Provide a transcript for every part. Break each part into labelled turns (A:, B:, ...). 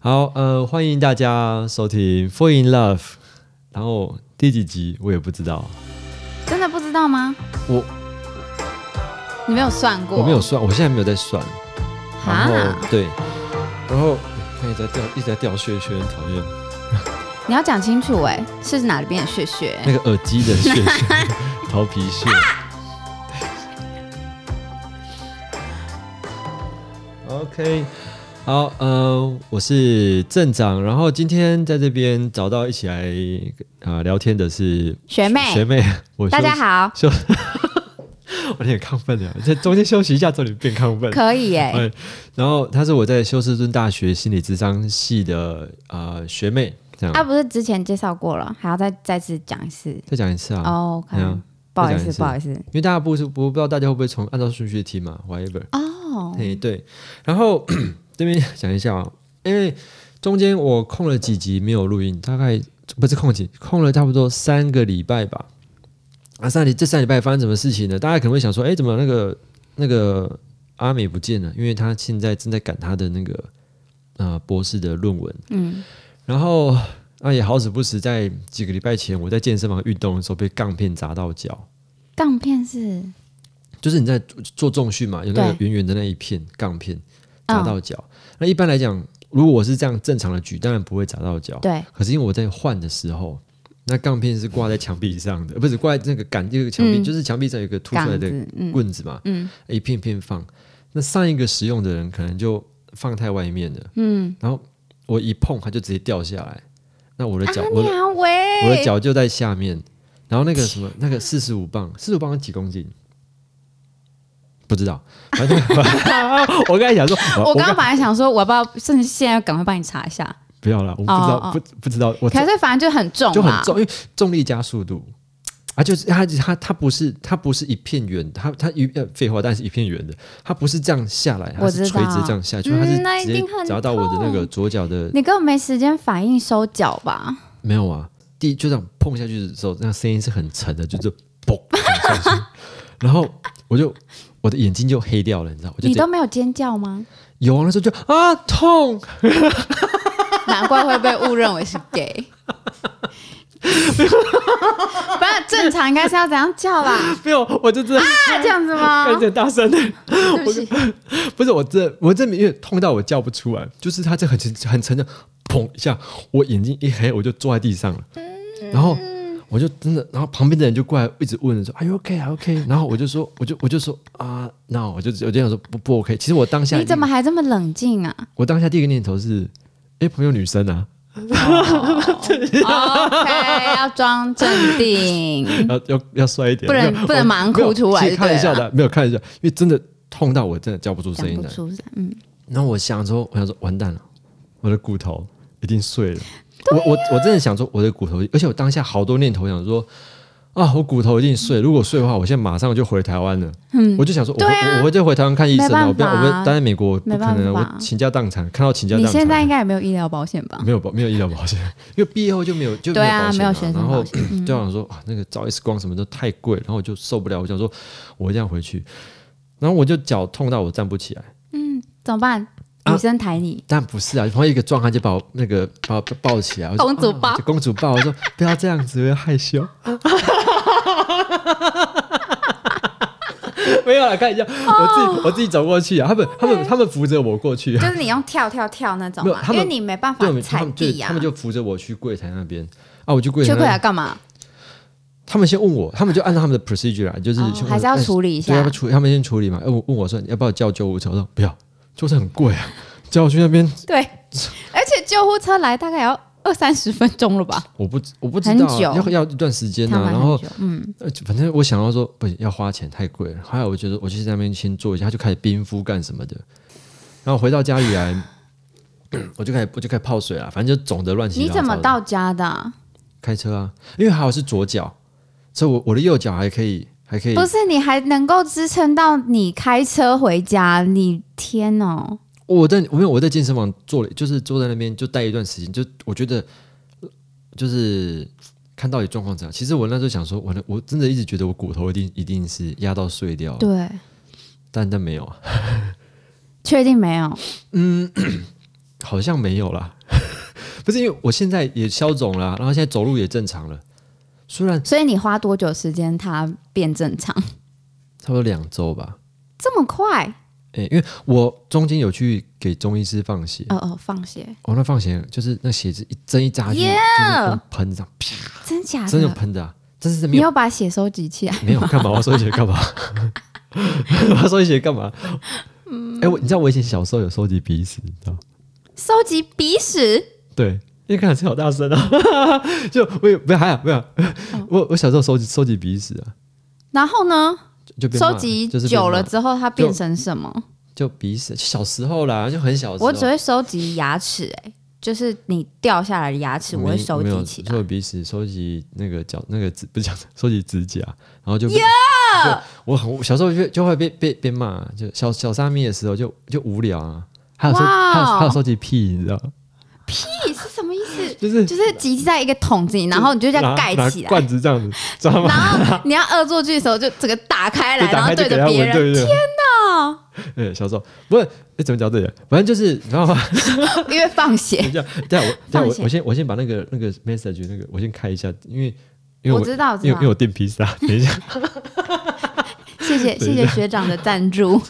A: 好，呃，欢迎大家收听《Fall in Love》，然后第几集我也不知道，
B: 真的不知道吗？
A: 我
B: 你没有算过？
A: 我没有算，我现在没有在算。然后
B: 啊！
A: 对，然后哎看一直在掉，一直在掉屑屑，很讨厌。
B: 你要讲清楚哎、是哪里边的血血？
A: 那个耳机的屑屑， 头皮屑。OK，好，呃，我是镇长，然后今天在这边找到一起来啊、呃聊天的是
B: 学妹
A: 学妹，我
B: 大家
A: 好。
B: 好，
A: 休，我有点亢奋了，在中间休息一下，之后你变亢奋。
B: 可以哎、
A: 哎，然后她是我在休斯顿大学心理智商系的呃学妹，这样。
B: 啊，不是之前介绍过了，还要再再次讲一次。
A: 再讲一次啊，
B: 哦、o
A: 对
B: k
A: 啊
B: 不好意
A: 再讲一
B: 思，
A: 次
B: 不好意思。
A: 因为大家不是我不知道大家会不会从按照顺序听嘛，whatever。
B: 哦，
A: 哎、对，然后 这边讲一下啊、因为中间我空了几集没有录音，大概不是空几，空了差不多三个礼拜吧。啊，上礼这三礼拜发生什么事情呢？大家可能会想说，哎，怎么那个那个阿美不见了？因为他现在正在赶他的那个呃博士的论文，
B: 嗯，
A: 然后啊也好死不死，在几个礼拜前我在健身房运动的时候被杠片砸到脚。
B: 杠片是
A: 就是你在做重训嘛，有那个
B: 对嗯
A: 圆圆的那一片杠片砸到脚。那一般来讲，如果我是这样正常的举，当然不会砸到脚。
B: 对，
A: 可是因为我在换的时候，那杠片是挂在墙壁上的，呃不是挂在那个杆这个墙壁，
B: 嗯
A: 就是墙壁上有一个凸出
B: 杠
A: 来
B: 子
A: 的，
B: 嗯
A: 棍子嘛，
B: 嗯
A: 一片片放。那上一个使用的人可能就放太外面了，
B: 嗯。
A: 然后我一碰它就直接掉下来，那我的脚、
B: 啊，
A: 我
B: 你
A: 的
B: 好喂！
A: 我的脚就在下面，然后那个什么那个四十五磅，四十五磅几公斤？不知道，反正 我刚才想说，
B: 我刚
A: 刚
B: 刚本来想说，我要不要，甚至现在赶快帮你查一下。
A: 不要了，我不知道
B: 哦哦
A: 不不知道，我
B: 可是反正就很重
A: 就
B: 嘛
A: 很，重，因为重力加速度啊，就是它它它不是它不是一片圆，它它一呃废话，但是一片圆的，它不是这样下来，它
B: 我
A: 是
B: 知
A: 垂
B: 道
A: 直这样下去，它是
B: 嗯那一
A: 直接
B: 定很
A: 砸到我的那个左脚的
B: 你根本没时间反应收脚吧？
A: 没有啊，第就这样碰下去的时候，那声音是很沉的，就是嘣这样下去， 然后我就我的眼睛就黑掉了，你知道，我就
B: 你
A: 直接
B: 都没有尖叫吗？
A: 有啊，那时候就啊痛，
B: 难怪会被误认为是 gay。不然正常应该是要怎样叫啦？
A: 没有，我就真的
B: 啊这样子吗？
A: 感觉大声的，
B: 对不起，
A: 不是我这我这因为痛到我叫不出来，就是它这很沉很沉的，砰一下，我眼睛一黑，我就坐在地上了，然后。
B: 嗯
A: 我就真的，然后旁边的人就过来一直问说：“哎呦，OK 啊，OK。”然后我就说，我就我就说啊，no，我就我就想说不不 OK。其实我当下已
B: 你
A: 经
B: 怎么还这么冷静啊？
A: 我当下第一个念头是，哎、朋友女生 啊，
B: 哦 OK，要装镇定。
A: 要要要帅一点，
B: 不能
A: 没有
B: 不能
A: 我
B: 马上哭
A: 没有
B: 出来
A: 其实
B: 就对
A: 看一下
B: 了啊
A: 的，啊没有看一下，因为真的痛到我真的叫不出
B: 讲
A: 声音啊
B: 不
A: 来。
B: 出声，嗯，
A: 然后我想说，我想说，完蛋了，我的骨头一定碎了。
B: 啊
A: 我我我真的想说，我的骨头，而且我当下好多念头想说，啊，我骨头一定碎，如果碎的话，我现在马上就回台湾了。我就想说，我
B: 对啊
A: 我我会再回台湾看医生
B: 没办
A: 了，我
B: 法
A: 不要，我们待在美国不
B: 没
A: 可
B: 办
A: 能，
B: 法
A: 我倾家荡产，看到倾家
B: 你
A: 荡
B: 现在
A: 产。
B: 应该也没有医疗保险吧？
A: 没有保，没有医疗保险，因为毕业后就没有就没有
B: 对啊
A: 保险、
B: 没有学生
A: 然后
B: 保险嗯
A: 就想说、啊、那个照 X 光什么都太贵，然后我就受不了，我想说我一定要回去，然后我就脚痛到我站不起来。
B: 怎么办？
A: 啊
B: 女生抬 你，
A: 但不是啊，旁边一个壮汉就把我那个把我抱起来，我就
B: 公主抱
A: 啊就公主抱，我说不要这样子，我要害羞。 没有啦，看一下，我自
B: 哦
A: 己、我自己走过去啊，他们他们他们扶着我过去啊，
B: 就是你用跳跳跳那种
A: 没有
B: 嘛，
A: 他
B: 因
A: 们
B: 为你没办法
A: 对，他
B: 踩
A: 们 就
B: 地呀
A: 他。们就扶着我去柜台那边啊，我去柜台
B: 缺
A: 那
B: 柜
A: 边
B: 来干嘛？
A: 他们先问我，他们就按照他们的 procedure 来，就是
B: 哦
A: 先问我、
B: 还是要
A: 哎
B: 处理一
A: 对，要
B: 下
A: 不要。处理？他们先处理嘛。哎，我问我说要不要叫救护车？我说不要，救护车很贵啊，叫我去那边
B: 对， 而且救护车来大概也要二三十分钟了吧？
A: 我不我不知道、啊，
B: 很久
A: 要要一段时间
B: 他
A: 啊。
B: 们
A: 然
B: 很
A: 后
B: 久，嗯，
A: 呃，反正我想到说不行，要花钱太贵了。后来我觉得我去那边先做一下，他就开始冰敷干什么的。然后回到家里来，我就开始我就开始泡水啊了，反正就肿得乱七
B: 你
A: 八糟的。
B: 怎么到家的啊？
A: 开车啊？因为还好是左脚，所以我我的右脚还可以还可以
B: 不是，你还能够支撑到你开车回家？你天哦！
A: 我在我没有我在健身房坐了，就是坐在那边就待一段时间，就我觉得呃就是看到底状况怎样。其实我那时候想说，我的我真的一直觉得我骨头一定一定是压到碎掉了，
B: 对，
A: 但但没有啊。
B: 确定没有？
A: 好像没有啦， 不是因为我现在也消肿了，啊然后现在走路也正常了，虽然
B: 所以你花多久时间它变正常？
A: 差不多两周吧。
B: 这么快？
A: 诶，因为我中间有去给中医师放血，
B: 哦哦，放血，
A: 哦，那放血就是那血是一针一扎进去
B: Yeah！
A: 就是喷这样，啪，
B: 真假
A: 真的
B: 的？
A: 喷的、啊，但是没
B: 你
A: 有
B: 要把血收集起来？
A: 没有干嘛？我要收集血干嘛？ 我要收集血干嘛？
B: 嗯
A: 哎、我你知道我以前小时候有收集鼻屎，你知道吗？
B: 收集鼻屎？
A: 对，因为看起来好大声啊！ 就我也没有还好没有，我我小时候收集收集鼻屎啊，
B: 然后呢？
A: 就被骂
B: 收集
A: 就是被
B: 久了
A: 骂
B: 之后它变成什么？
A: 就鼻屎，小时候啦，就很小时候。
B: 我只会收集牙齿、哎，就是你掉下来的牙齿，我会
A: 没
B: 收
A: 没有
B: 集起来。
A: 收集鼻屎，收集那个脚那个指不是脚，收集指甲，然后就。就我很我小时候就就会被被被骂，就小小沙咪的时候就就无聊啊，还有收、
B: 哇哦
A: 还有还有收集屁，你知道吗？
B: 屁是什么意思？
A: 就是
B: 就是集在一个桶子里，然后你就这样
A: 拿
B: 盖
A: 拿
B: 起来，
A: 罐子这样子，知 道吗？
B: 然后你要恶作剧的时候就整个打开
A: 就
B: 来，然
A: 打
B: 后
A: 开就
B: 对
A: 给
B: 着
A: 他
B: 别
A: 闻，
B: 人，
A: 对不对？天 哪！对，小时候不是，哎，怎么讲这里？反正就是，你知道吗？
B: 因为放血。
A: 等一下，等一下，我，等一下，
B: 放血
A: 我，我先，我先把那个那个 message 那个，我先开一下，因为因为
B: 我
A: 我
B: 知道，我知
A: 因为
B: 道
A: 因为。我订披萨，等一下，
B: 谢谢
A: 对
B: 谢谢学长的赞 助。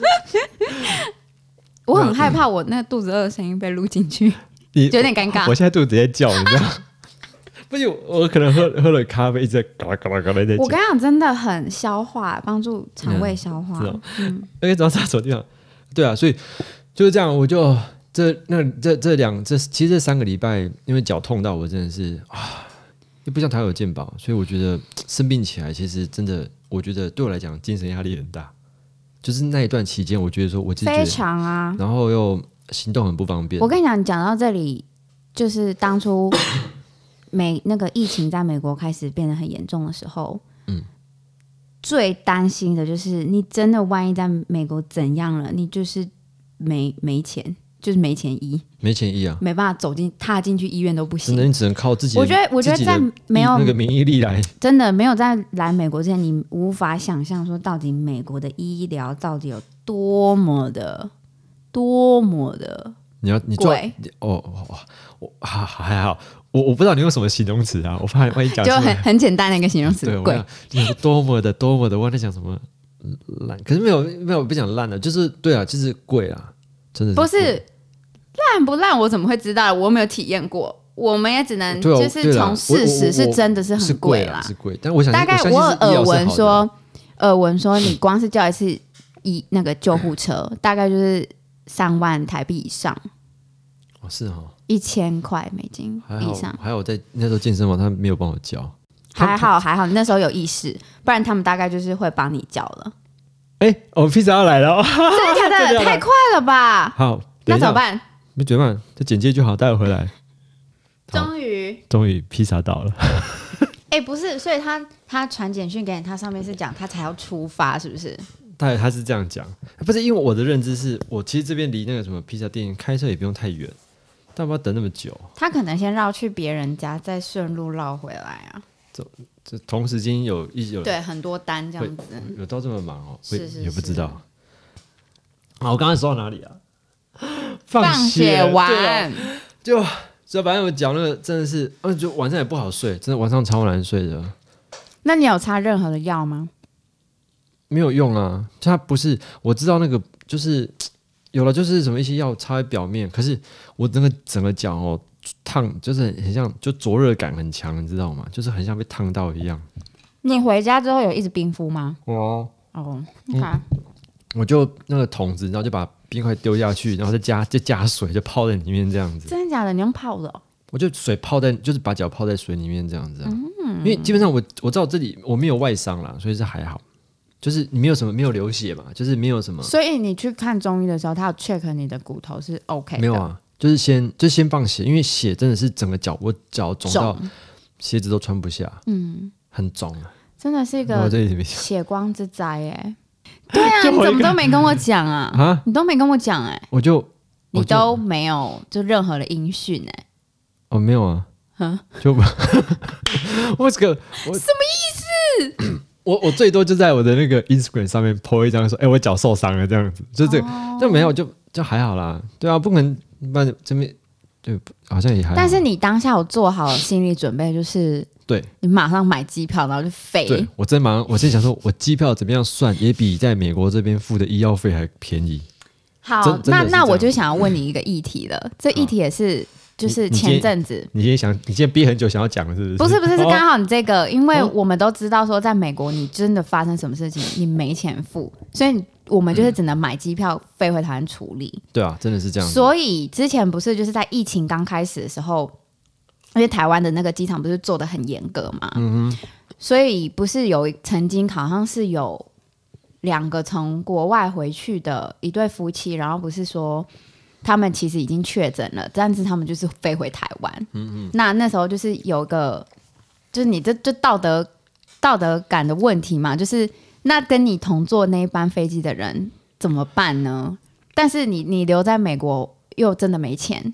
B: 我很害怕我那肚子饿的声音被录进去，
A: 你
B: 有点尴尬
A: 我。现在肚子在叫，你知 道吗？不是，我可能喝喝了咖啡，一直在嘎啦嘎啦嘎啦在叫
B: 我。跟你讲，真的很消化，帮助肠胃消化嗯
A: 是。哦，而且找厕所地方，对啊，所以就是这样，我就这那这这两这其实这三个礼拜，因为脚痛到我真的是啊，又不像台湾有健保，所以我觉得生病起来，其实真的，我觉得对我来讲精神压力很大。就是那一段期间，我觉得说我自己觉
B: 非
A: 得，
B: 常啊！
A: 然后又行动很不方便
B: 我。跟你讲，你讲到这里，就是当初 美那个疫情在美国开始变得很严重的时候，
A: 嗯
B: 最担心的就是你真的万一在美国怎样了，你就是没没钱，就是没钱医，
A: 没钱医啊，
B: 没办法走进踏进去医院都不
A: 真
B: 行
A: 的。你只能靠自己的。
B: 我觉得，我觉得
A: 自己的
B: 在没有
A: 那个免疫力来，
B: 真的没有在来美国之前，你无法想象说到底美国的医疗到底有多么的多么的
A: 你要你做
B: 贵，
A: 哦，我我还还好，我我不知道你用什么形容词啊，我怕万一讲出
B: 就
A: 来
B: 很很简单的一个形容词
A: 对，，我
B: 贵
A: 想。你是多么的多么的，我在讲什么嗯烂，可是没有没有不讲烂的，就是对啊，就是贵啊，真的
B: 不
A: 贵
B: 是烂不烂，我怎么会知道？我没有体验过，我们也只能
A: 对啊
B: 就
A: 对
B: 是
A: 啦
B: 从事实是真的是
A: 是
B: 很
A: 贵
B: 啦
A: 啊，。是贵，但我想
B: 大概
A: 我
B: 我
A: 相信是医
B: 耳
A: 疗是
B: 闻
A: 好的啊
B: 说，耳闻说你光是叫一次一那个救护车，大概就是三万台币以上，
A: 哦是哈，
B: 一千块美金
A: 还
B: 以
A: 好
B: 上。
A: 还好我在那时候健身房他没有帮我教，
B: 还好还好，那时候有意识，不然他们大概就是会帮你叫 了。
A: 哎，我们披萨要来了哦，
B: 真的假
A: 真
B: 的？
A: 的
B: 太快了吧！
A: 好，等
B: 那
A: 一
B: 怎
A: 下
B: 么？办？
A: 没啊怎么办？就简介就好，待会回来。好
B: 终于，
A: 终于披萨到了，
B: 哎、不是，所以他他传简讯给你，他上面是讲他才要出发，是不是？
A: 他他是这样讲，不是因为我的认知是我其实这边离那个什么披萨店开车也不用太远，但不要等那么久。
B: 他可能先绕去别人家，再顺路绕回来啊。
A: 这同时间有一有
B: 对，很多单这样子。
A: 有到这么忙哦？
B: 是
A: 我
B: 是
A: 也不知
B: 是
A: 道。啊，我刚才说到哪里啊？
B: 放
A: 血
B: 血
A: 对啊
B: 完，
A: 就就反正我讲那个真的是，嗯、就晚上也不好睡，真的晚上超难睡的，
B: 那你有擦任何的药吗？
A: 没有用啊。就它不是，我知道那个就是有了，就是什么一些药擦在表面，可是我那个整个脚哦烫，就是很很像就灼热感很强，你知道吗？就是很像被烫到一样。
B: 你回家之后有一直冰敷吗？
A: 哦，
B: 哦、你看，
A: 我就那个桶子，然后就把冰块丢下去，然后再加再加水，就泡在里面这样子。
B: 真的假的？你用泡的哦、
A: 我就水泡在，就是把脚泡在水里面这样子啊。因为基本上我我知道这里我没有外伤啦，所以是还好。就是你没有什么没有流血嘛，就是没有什么
B: 所以你去看中医的时候，他有 check 你的骨头是 OK 的。
A: 没有啊，就是先就先放血，因为血真的是整个脚我脚肿到
B: 肿
A: 鞋子都穿不下，嗯，很肿啊。
B: 真的是一
A: 然后
B: 个
A: 这里面
B: 血光之 灾哎、对啊，
A: 就
B: 你
A: 我一
B: 怎么都没跟我讲啊？
A: 啊，
B: 你都没跟我讲哎、
A: 我就
B: 你
A: 我哦就
B: 都没有就任何的音讯哎、
A: 哦没有啊，就 我这个我什么意思？ 我我最多就在我的那个 Instagram 上面 po 一张说，哎、哦我脚受伤了这样子，就这个，但没有就就还好啦，对啊，不可能把这边对，好像也还好。
B: 但是你当下有做好心理准备，就是
A: 对
B: 你马上买机票，然后就
A: 对
B: 飞。
A: 我真忙，我真想说，我机票怎么样算也比在美国这边付的医药费还便宜。
B: 好
A: 真，真的
B: 那
A: 是
B: 那
A: 这
B: 我
A: 样嗯
B: 就想要问你一个议题了，这议题也是就是
A: 你你今
B: 前
A: 天
B: 阵子
A: 你今天想，你今天憋很久想要讲的是不是？
B: 不是不是，是
A: 哦
B: 刚好你这个，因为
A: 哦
B: 我们都知道说，在美国你真的发生什么事情，你没钱付，所以我们
A: 嗯
B: 就是只能买机票飞回台湾处理。
A: 对啊，真的是这样子。
B: 所以之前不是就是在疫情刚开始的时候，因为台湾的那个机场不是做的很严格嘛，所以不是有曾经好像是有两个从国外回去的一对夫妻，然后不是说。他们其实已经确诊了，但是他们就是飞回台湾。那那时候就是有一个，就是你这就道德道德感的问题嘛，就是那跟你同坐那一班飞机的人怎么办呢？但是你你留在美国又真的没钱，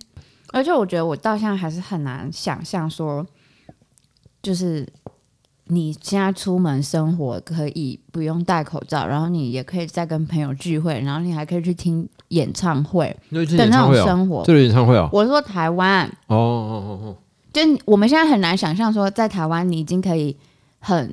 B: 而且我觉得我到现在还是很难想象说，就是你现在出门生活可以不用戴口罩，然后你也可以再跟朋友聚会，然后你还可以去听演唱会
A: 你有去
B: 的
A: 演
B: 那
A: 唱
B: 种
A: 会哦，
B: 生活。
A: 这个演唱会哦，
B: 我说台湾，
A: 哦哦哦哦，
B: 就我们现在很难想象说，在台湾你已经可以很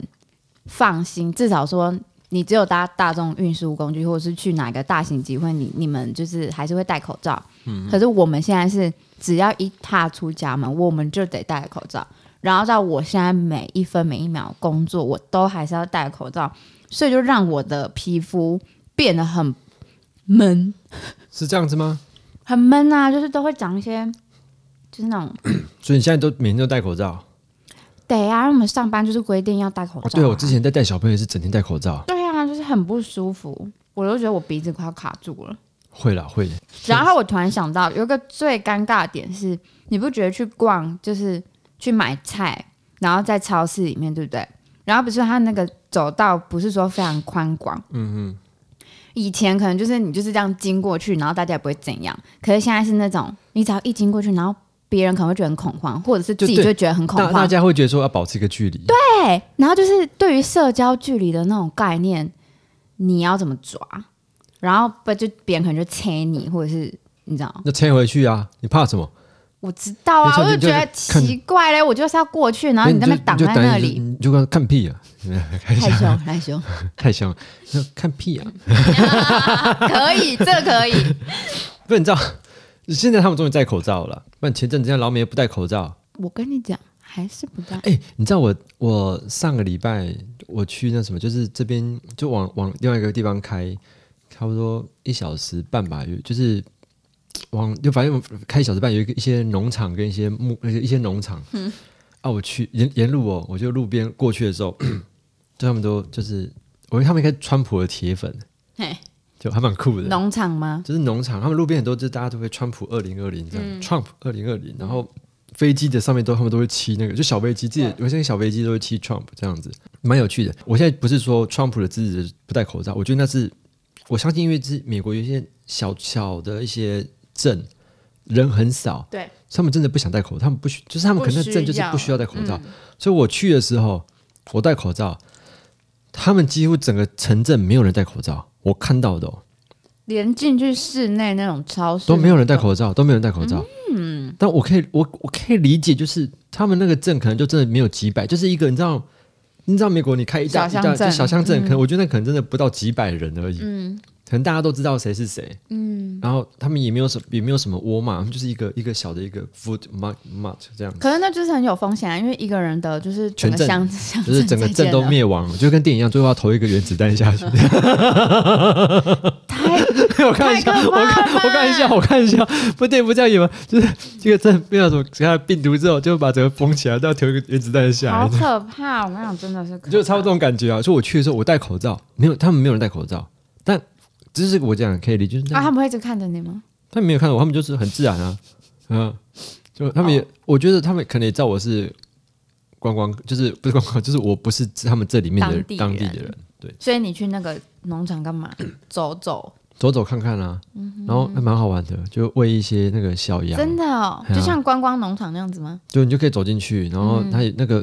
B: 放心，至少说你只有搭大众运输工具，或者是去哪个大型集会，你你们就是还是会戴口罩。可是我们现在是只要一踏出家门，我们就得戴口罩。然后到我现在每一分每一秒工作，我都还是要戴口罩，所以就让我的皮肤变得很闷，
A: 是这样子吗？
B: 很闷啊，就是都会长一些，就是那种
A: 所以你现在都每天都戴口罩？
B: 得啊，我们上班就是规定要戴口罩、啊
A: 哦，对，我之。前在带小朋友也是整天戴口罩。
B: 对啊，就是很不舒服，我都觉得我鼻子快要卡住了。
A: 会啦，会的。
B: 然后我突然想到，有一个最尴尬的点是，你不觉得去逛就是去买菜，然后在超市里面，对不对？然后比如说它那个走道不是说非常宽广，嗯嗯。以前可能就是你就是这样经过去，然后大家也不会怎样。可是现在是那种，你只要一经过去，然后别人可能会觉得很恐慌，或者是自己
A: 就对
B: 就觉得很恐
A: 大
B: 慌。
A: 大家会觉得说要保持一个距离。对，
B: 对，然后就是对于社交距离的那种概念，你要怎么抓？然后不就别人可能就切你，或者是你知道？
A: 那切回去啊，你怕什么？
B: 我知道啊，
A: 没错
B: 我就
A: 你就
B: 觉得
A: 是看
B: 奇怪嘞，我就是要过去，然后你在那边
A: 就
B: 挡
A: 就
B: 在那
A: 你就
B: 里，
A: 你就跟他看屁啊，
B: 害羞害羞，
A: 太香了，那看屁啊！
B: 可以，这可以，
A: 不然你知道， 现在他们终于戴口罩了，不然前阵子像老美也不戴口罩。
B: 我跟你讲，还是不大。
A: 哎、你知道我我上个礼拜我去那什么，就是这边就往往另外一个地方开，差不多一小时半吧，有就是往就反正我开一小时半，有一个一些农场跟一些木一些农场，嗯，啊，我去沿沿路哦，我就路边过去的时候， 就他们都就是，我觉得他们应该是川普的铁粉，
B: 嘿，
A: 就还蛮酷的，
B: 农场吗？
A: 就是农场，他们路边很多，就是大家都会川普二零二零这样、t r u m p 二零二零，然后飞机的上面都他们都会漆那个，就小飞机，自己有些小飞机都会漆 Trump 这样子，蛮有趣的。我现在不是说川普的支持者不戴口罩，我觉得那是我相信，因为是美国有一些小小的一些镇人很少，
B: 对，
A: 他们真的不想戴口罩，他们不需，就是他们可能那镇就是不需要戴口罩，所以我去的时候我戴口罩，他们几乎整个城镇没有人戴口罩，我看到的、哦。
B: 连进去室内那种超市
A: 都没有人戴口罩，都没有人戴口罩。嗯，但我可以，我我可以理解，就是他们那个镇可能就真的没有几百，就是一个你知道，你知道美国你开一大
B: 小乡
A: 一大
B: 镇
A: 就小乡镇，可能我觉得那可能真的不到几百人而已。嗯，可能大家都知道谁是谁。嗯，然后他们也没有什也没有什么窝嘛，他们就是一个一个小的一个 food mart mart 这样子。
B: 可是那就是很有风险啊，因为一个人的就是整个
A: 全镇
B: 乡 乡
A: 就是整个
B: 镇
A: 镇
B: 再见
A: 都
B: 了
A: 灭亡，就跟电影一样，最后要投一个原子弹下去。
B: 太
A: 我看一下，
B: 太可怕
A: 我看，
B: 了
A: 我看一下，我看一下，不对，不这样演吗？就是这个镇变成什么病毒之后，就把整个封起来，都要投一个原子弹下
B: 好
A: 来，
B: 可怕！我跟你讲，真的是可 怕
A: 就差不多这种感觉啊。所以我去的时候，我戴口罩，没有，他们没有人戴口罩，但只是我讲可以理解，就是
B: 啊！
A: 他
B: 他
A: 们
B: 们会一直看着你吗？
A: 他们没有看到我，他们就是很自然啊，嗯，就他
B: 哦
A: 们也，我觉得他们可能也知道我是观光，就是不是观光，就是我不是他们这里面的
B: 当地人
A: 当地的人，对，
B: 所以你去那个农场干嘛？ 走走，
A: 走走看看啊，然后还蛮好玩的，就喂一些那个小羊，
B: 嗯真的哦，
A: 哎呀
B: 就像观光农场那样子吗？
A: 就你就可以走进去，然后
B: 嗯
A: 它也那个、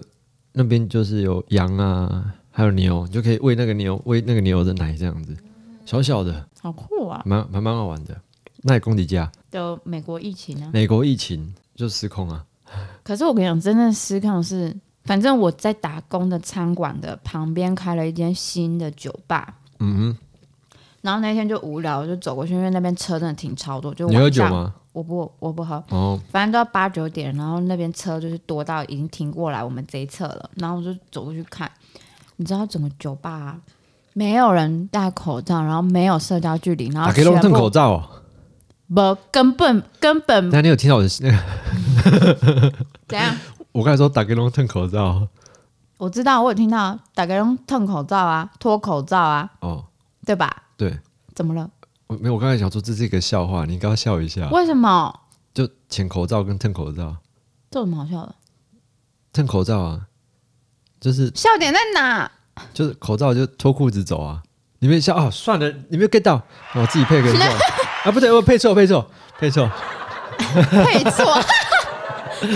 A: 那边就是有羊啊，还有牛，你就可以喂那个牛喂那个牛的奶这样子，
B: 嗯
A: 小小的，
B: 好酷啊！
A: 蛮蛮蛮好玩的。那也公底价，
B: 就美国疫情啊，
A: 美国疫情，就失控啊。
B: 可是我跟你讲，真正失控是，反正我在打工的餐馆的旁边开了一间新的酒吧，
A: 嗯哼，
B: 然后那天就无聊，我就走过去，因为那边车真的停超多，就晚
A: 你
B: 上
A: 喝酒？吗？
B: 我不，我不喝，
A: 哦，
B: 反正都要八九点，然后那边车就是多到已经停过来我们这一侧了，然后我就走过去看，你知道整个酒吧、没有人戴口罩，然后没有社交距离，然后
A: 打开龙
B: 全
A: 吞
B: 部
A: 口罩哦。
B: 不根本根 本
A: 那你有听到我的那个？
B: 怎样？
A: 我刚才说打开龙吞口罩
B: 我知道，我有听到打开用吞口罩啊，脱口罩啊，
A: 哦，
B: 对吧？
A: 对，
B: 怎么了？
A: 我没有，我刚才想说这是一个笑话，你刚刚笑一下，
B: 为什么？
A: 就舔口罩跟吞口罩，
B: 这有什么好笑的？
A: 吞口罩啊，就是
B: 笑点在 哪？
A: 就是口罩就脱裤子走啊，你没笑哦，算了，你没有 get 到，我自己配 个笑啊，不对，我配错配错配错，
B: 配错，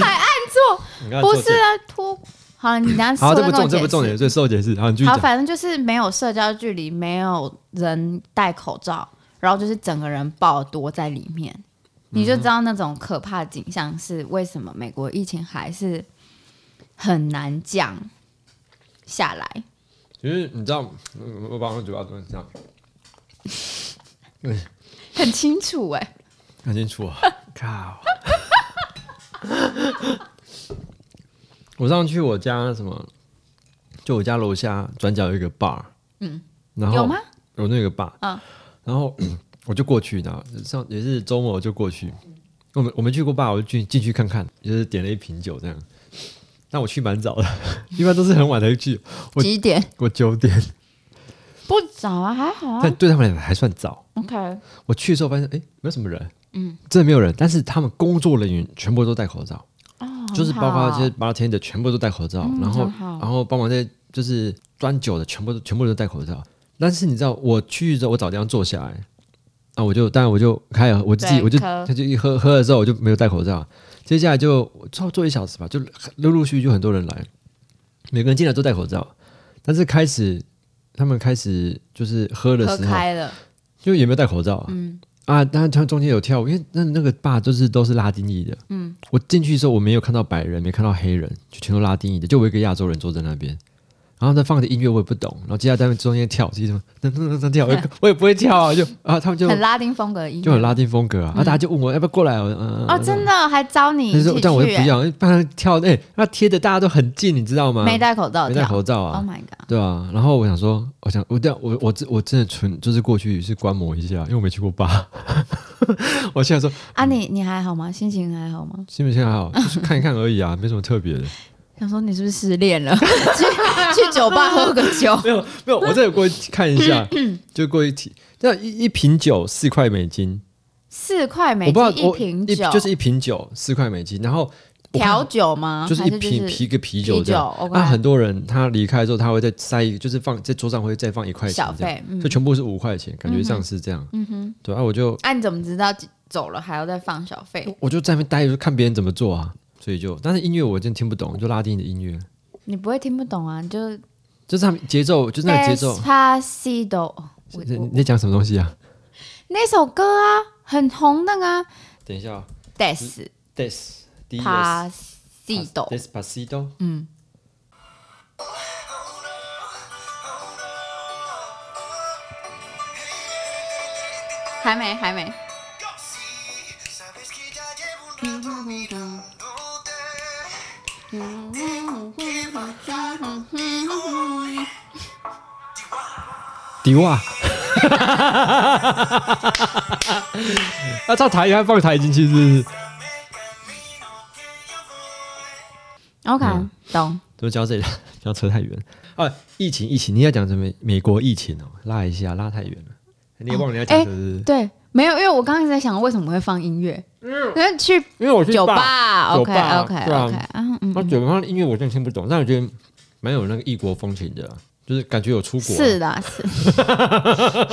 B: 还按错？
A: 你刚才
B: 不
A: 错
B: 是
A: 解
B: 啊，脱。好，你等下
A: 好，这
B: 错再
A: 不
B: 跟我
A: 重这不
B: 解
A: 重
B: 释
A: 点，这是我解释，好，你继续
B: 好，
A: 讲，
B: 反正就是没有社交距离，没有人戴口罩，然后就是整个人爆多在里面，你就知道那种可怕的景象是为什么美国疫情还是很难降下来。
A: 因为你知道，嗯我把我嘴巴弄成 这样，
B: 很清楚哎、
A: 看清楚啊，靠！ 我上去我家什么，就我家楼下转角有一个 bar，嗯，然后
B: 有吗？
A: 有那个 bar，
B: 嗯
A: 然后 我就过去，然后上也是周末我就过去，我们我没去过 bar，我就进进去看看，就是点了一瓶酒这样。但我去蛮早的， 一般都是很晚才去，我
B: 几点？
A: 我九点，
B: 不早啊，还好啊
A: 但。对他们来讲还算早。
B: OK，
A: 我去的时候发现，哎，没有什么人，嗯，真的没有人，但是他们工作人员全部都戴口罩，
B: 哦，
A: 就是包括
B: 很好
A: 这些 bartender 全部都戴口罩，
B: 嗯
A: 然后
B: 很好
A: 然后帮忙这些就是端酒的全部都全部都戴口罩。但是你知道，我去之后我找地方坐下来，啊，我就当然我就开了，我自己
B: 对
A: 我就
B: 喝
A: 他就一喝喝了之后我就没有戴口罩，接下来就差不多坐一小时吧，就陆陆续续就很多人来，每个人进来都戴口罩，但是开始他们开始就是喝的
B: 喝
A: 时候，
B: 开了，
A: 就也没有戴口罩啊。
B: 嗯
A: 啊，但他中间有跳舞，因为那那个坝就是都是拉丁裔的。嗯，我进去的时候我没有看到白人，没看到黑人，就全都拉丁裔的，就我一个亚洲人坐在那边。然后他放的音乐我也不懂，然后接下来他们中间跳，就什么噔噔噔噔跳， 我也我也不会跳啊，就啊他们就
B: 很拉丁风格的音乐
A: 就很拉丁风格啊，啊大家就问我要不要过来，我嗯
B: 哦，真的还招你一
A: 但
B: 起
A: 是
B: 去、
A: 但我又不
B: 欸，
A: 要，不然跳哎那贴的大家都很近，你知道吗？
B: 没戴口罩，
A: 没戴。口罩啊
B: Oh，my god！
A: 对啊，然后我想说，我想我对我我真我真的纯就是过去是观摩一下，因为我没去过吧。 我现在说，
B: 啊，你你还好吗？心情还好吗？
A: 新闻现在还好，就是看一看而已 啊，没什么特别的。
B: 想说你是不是失恋了？ 去去酒吧喝个酒，
A: 没有没有，我这里过去看一下， 就过去提，那一一瓶酒四块美金，
B: 四块美
A: 我不知道
B: 金
A: 我
B: 瓶
A: 一
B: 酒，
A: 就是一瓶酒四块美金，然后我看
B: 调酒吗？
A: 就是
B: 还
A: 一
B: 是
A: 瓶
B: 是
A: 啤个啤酒这样。
B: ，OK
A: 那、很多人他离开之后，他会再塞一个，就是放在桌上会再放一块钱
B: 小
A: 这样，
B: 费，嗯
A: 就全部是五块钱，感觉上是这样。嗯哼，对啊，我就
B: 啊，你怎么知道走了还要再放小费？
A: 我就在那边待着，就看别人怎么做啊。所以就，但是音乐我真的听不懂，就拉丁的音乐，
B: 你不会听不懂啊，你就
A: 就是他们节奏，就是那个节奏。
B: Despacito，哦我
A: 你
B: 我
A: 你在讲什么东西啊？
B: 那首歌啊，很红的啊
A: 等一下哦，des d s
B: ，Despacito，
A: despacito，
B: 嗯，还没还没，
C: Sí, sabes que ya llevo un rato mirándote. ¿Qué pasa hoy?
A: 迪 哇。那唱台语还放台进去是不是？
B: OK，
A: 嗯
B: 懂。
A: 怎么讲到这里？讲到扯太 远啊！疫情，疫情，你要讲什么？美国疫情哦，拉一下，拉太远了。你也忘了你要讲
B: 哎
A: 什么？是不是
B: 对，没有，因为我刚刚一直在想为什么会放音乐，因为去
A: 因为我去
B: 酒
A: 吧
B: 吧
A: 酒
B: ，OK
A: 吧
B: OK
A: 对啊
B: OK，啊嗯，
A: 那酒吧 的音乐我真的听不懂，但我觉得蛮有那个异国风情的啊、就是感觉有出国啊、
B: 是的，是。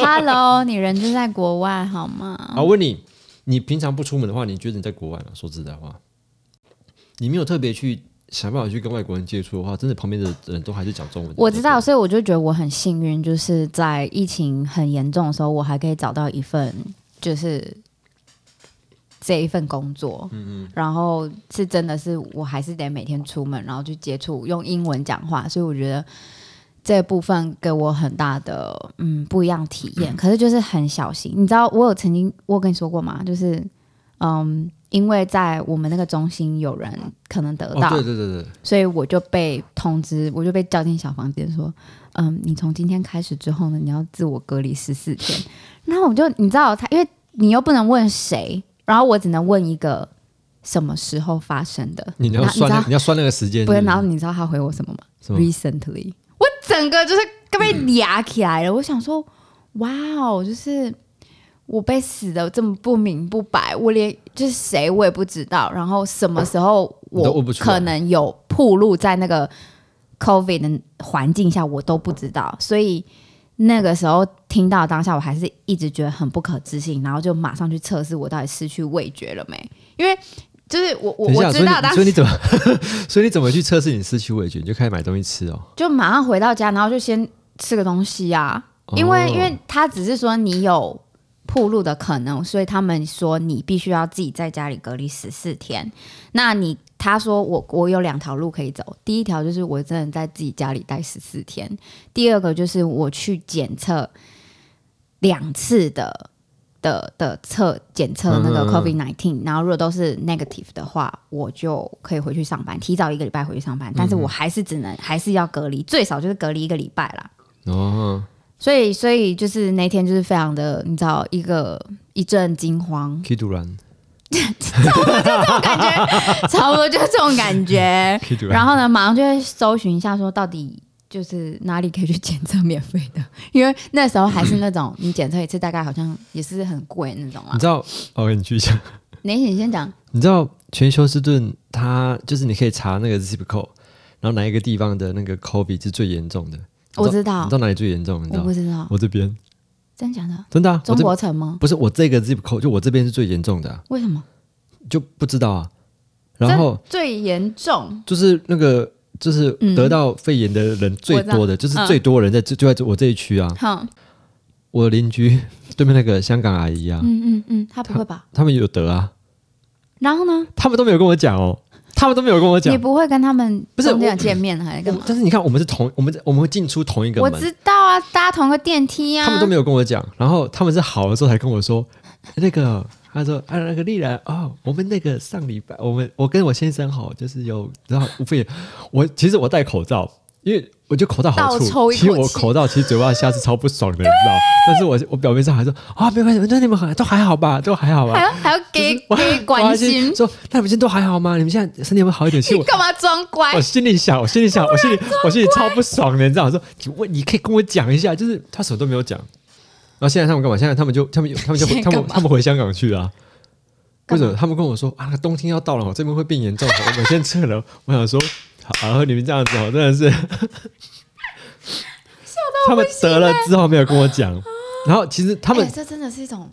B: Hello，你 人就在国外好吗？
A: 啊，我问你，你平常不出门的话，你觉得你在国外吗？说实在话，你没有特别去想办法去跟外国人接触的话，真的旁边的人都还是讲中文。
B: 我知道，，所以我就觉得我很幸运，就是在疫情很严重的时候，我还可以找到一份就是这一份工作，
A: 嗯
B: 然后是真的是我还是得每天出门，然后去接触用英文讲话，所以我觉得这部分给我很大的嗯不一样体 验。可是就是很小心，你知道我有曾经我有跟你说过吗？就是嗯，因为在我们那个中心有人可能得
A: 哦，
B: 到，
A: 对对对对，
B: 所以我就被通知，我就被叫进小房间说，嗯，你从今天开始之后呢，你要自我隔离十四天。 然后我就你知道他，因为你又不能问谁，然后我只能问一个什么时候发生的。
A: 你要
B: 然后
A: 算
B: 你
A: 那
B: 知道
A: 你要算那个时间，
B: 不是，
A: 是
B: 然后你知道他回我什么吗
A: 什么
B: ？Recently，我整个就是被压起来了。我想说，哇哦，就是我被死的这么不明不白，我连就是谁我也不知道，然后什么时候
A: 你都
B: 我
A: 问不出来
B: 可能有暴露在那个 COVID 的环境下，我都不知道，所以。那个时候听到当下，我还是一直觉得很不可置信，然后就马上去测试我到底失去味觉了没？因为就是我我
A: 等一
B: 我
A: 下，所
B: 知
A: 以
B: 道
A: 你
B: 当
A: 所以你怎么， 所以你怎么去测试你失去味觉？你就开始买东西吃哦。
B: 就马上回到家，然后就先吃个东西啊，因为、
A: 哦
B: 因为他只是说你有铺路的可能，所以他们说你必须要自己在家里隔离十四天。那你他说我我有两条路可以走，第一条就是我真的在自己家里待十四天，第二个就是我去检测两次的。的的测检测那个
A: 嗯嗯嗯
B: COVID nineteen，、然后如果都是 negative 的话，我就可以回去上班，提早一个礼拜回去上班，但是我还是只能还是要隔离，最少就是隔离一个礼拜啦。
A: 哦，，
B: 所以，所以就是那天就是非常的，你知道，一个一阵惊慌
A: k 杜兰
B: 差不多就是这种感觉。
A: ，K 杜兰，
B: 然后呢，马上就会搜寻一下，说到底就是哪里可以去检测免费的， 因为那时候还是那种你检测一次大概好像也是很贵那种啊
A: 你。知道？哦，我给你去一下。
B: 你你先讲，
A: 你知道全休斯顿它就是你可以查那个 zip code，然后哪一个地方的那个 COVID 是最严重的？
B: 我知
A: 你
B: 道
A: 知道哪里最严重？你知
B: 啊我
A: 道？
B: 不知道，
A: 我这边
B: 真假的？
A: 真的啊，我
B: 中
A: 这
B: 国城吗？
A: 不是我这个 zip code，就我这边是最严重的啊、
B: 为什么？
A: 就不知道啊。然后
B: 这最严重，
A: 就是那个就是
B: 嗯
A: 得到肺炎的人最多的，就是
B: 嗯
A: 最多人在这就在我这一区啊。
B: 哼，
A: 我的邻居 对面那个香港阿姨啊，
B: 嗯嗯嗯，他不会吧？
A: 他们有得啊，
B: 然后呢？
A: 他们都没有跟我讲哦，他们都没有跟我
B: 你
A: 讲。
B: 不会跟他们
A: 不是
B: 中间有
A: 我
B: 见面还是干
A: 我
B: 嘛？
A: 但是你看，我们是同我们我们会进出同一个
B: 我
A: 门，
B: 知道啊，搭同个电梯啊。
A: 他们都没有跟我讲，然后他们是好了之后才跟我说，那个他说啊那个丽兰哦，我们那个上礼拜我们我跟我先生吼，就是有然后无非我其实我戴口罩，因为我觉得口罩好
B: 倒
A: 处，
B: 抽一口
A: 其实我
B: 气
A: 口罩其实嘴巴下是超不爽的，你知道， 但是我我表面上还说啊没关系，那你们很都还好吧，都还好
B: 还
A: 吧。
B: 要还要给
A: 我
B: 给关心，
A: 说那你们现在都还好吗？你们现在身体有没有好一点？其实
B: 你
A: 我
B: 干嘛装乖
A: 我？心里想，我心里想，我心里我心里超不爽的，你知道？我说你问，你可以跟我讲一下，就是他什么都没有讲。然后现在他们干嘛？现在他们就他们就他们就
B: 现在
A: 他
B: 干嘛
A: 们他们回香港去了、啊。为
B: 干嘛
A: 什么？他们跟我说啊，冬天要到了，我这边会变严重，哦 我们先撤了。我想说，啊，你们这样子，我真的是，他们得了之后没有跟我讲。然后其实他们
B: 哎，这真的是一种，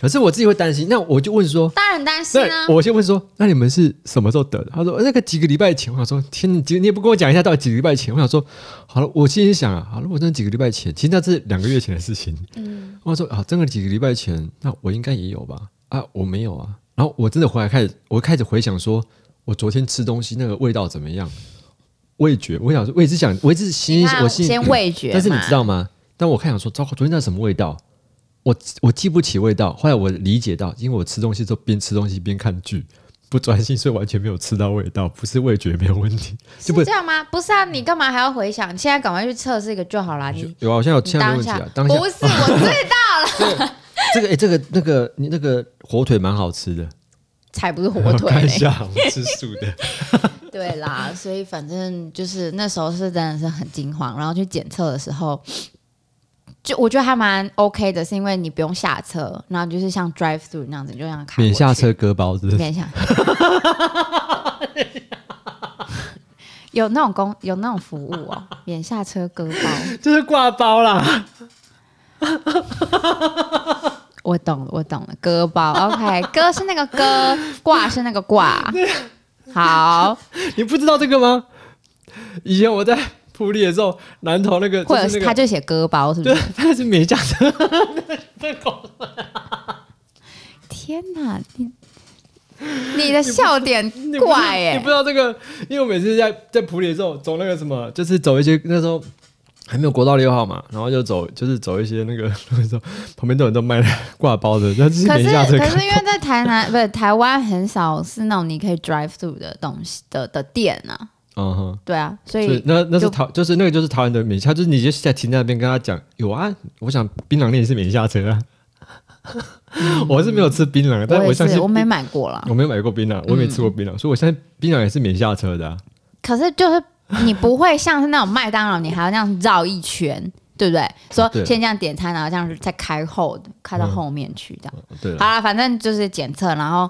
A: 可是我自己会担心。那我就问说，
B: 当然担心啊
A: 那。我先问说，那你们是什么时候得的？他说呃那个几个礼拜前。我想说，天，你你也不跟我讲一下到底几个礼拜前？我想说，好了，我心里想啊，好了，我真的几个礼拜前，其实那是两个月前的事情。
B: 嗯，
A: 我说啊，真的几个礼拜前，那我应该也有吧？啊，我没有啊。然后我真的回来开始，我开始回想说，我昨天吃东西那个味道怎么样？味觉，我想说，我也是想，我一直心里
B: 你看
A: 我心里
B: 先 味觉嘛，
A: 但是你知道吗？但我看想说，糟糕，昨天那什么味道？我我记不起味道。后来我理解到，因为我吃东西之后边吃东西边看剧，不专心，所以完全没有吃到味道，不是味觉没有问题，
B: 是
A: 就不
B: 这样吗？不是啊，你干嘛还要回想？你现在赶快去测试一个就好啦。你
A: 有啊。我现在有
B: 你
A: 现在没
B: 当
A: 问题
B: 下
A: 啊，当下
B: 不是我最 大
A: 这个哎、这个那个你那个火腿蛮好吃的，
B: 才不是 火腿
A: 看一
B: 嘞。
A: 下我吃素 的，
B: 对啦，所以反正就是那时候是真的是很惊慌，然后去检测的时候。就我觉得还蛮 OK 的，是因为你不用下车，然后就是像 drive through 那样子，你就让开。
A: 免下车割包子。
B: 等 一下， 有那种公有那种服务哦，免下车割包，
A: 就是挂包啦，
B: 我懂了，我懂了，割包，OK，割 是那个割，挂是那个挂， 好，
A: 你不知道这个吗？以前我在普里的时候，南投那个
B: 或者
A: 就是是那
B: 他
A: 个，
B: 就写割包，是不
A: 对
B: 是？，
A: 他是 免下车，那个狗
B: 天哪，你你的笑点
A: 你不知道
B: 怪哎、
A: 你不知道这个，因为我每次在在普里的时候走那个什么，就是走一些那时候还没有国道六号嘛，然后就走就是走一些那个 那时候旁边都有人都卖挂包的，但是
B: 可
A: 没
B: 是
A: 下车
B: 可
A: 看
B: 是因为在台南不是台湾很少是那种你可以 drive through 的东西的的店啊，
A: 嗯哼。
B: 对啊，
A: 所
B: 所
A: 以
B: 以
A: 那那是
B: 就
A: 桃，就是那个就是桃园的免下，就是你就在停在那边跟他讲，有啊，我想槟榔店是免下车啊。 我是没有吃槟榔，但
B: 我也
A: 相信
B: 是我没买过啦。
A: 我没有买过槟榔，我没吃过槟榔，所以我相信槟榔也是免下车的、啊。
B: 可是就是你不会像是那种麦当劳，你还要那样绕一圈，对不对？说
A: 对
B: 先这样点餐，然后这样再开后开到后面去这样。
A: 对了
B: 好，啦，反正就是检测，然后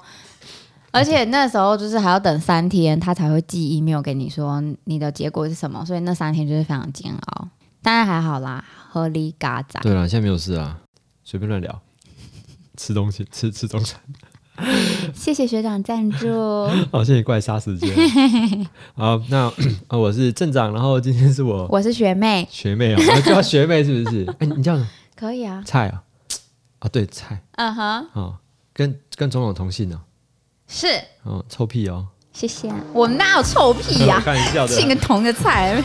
B: 而且那时候就是还要等三天，他才会寄 email 给你说你的结果是什么，所以那三天就是非常煎熬。当然还好啦，合理嘎仔。
A: 对了，现在没有事啊，随便乱 聊，吃东西， 吃吃中餐。
B: 谢谢学长赞 助，
A: 好，谢谢怪杀时间。好，那 啊，我是镇长，然后今天是我
B: 我是学妹，
A: 学妹啊，我叫学妹是不是？ 哎、你叫什么？
B: 可以啊，
A: 菜啊？啊，对，菜
B: 嗯哼，
A: 啊、哦跟跟总统同姓呢、
B: 是，
A: 啊，哦，臭屁哦，
B: 谢谢。我哪有臭屁呀、 啊
A: 开玩笑的啊
B: 姓
A: 啦。
B: 个同个菜。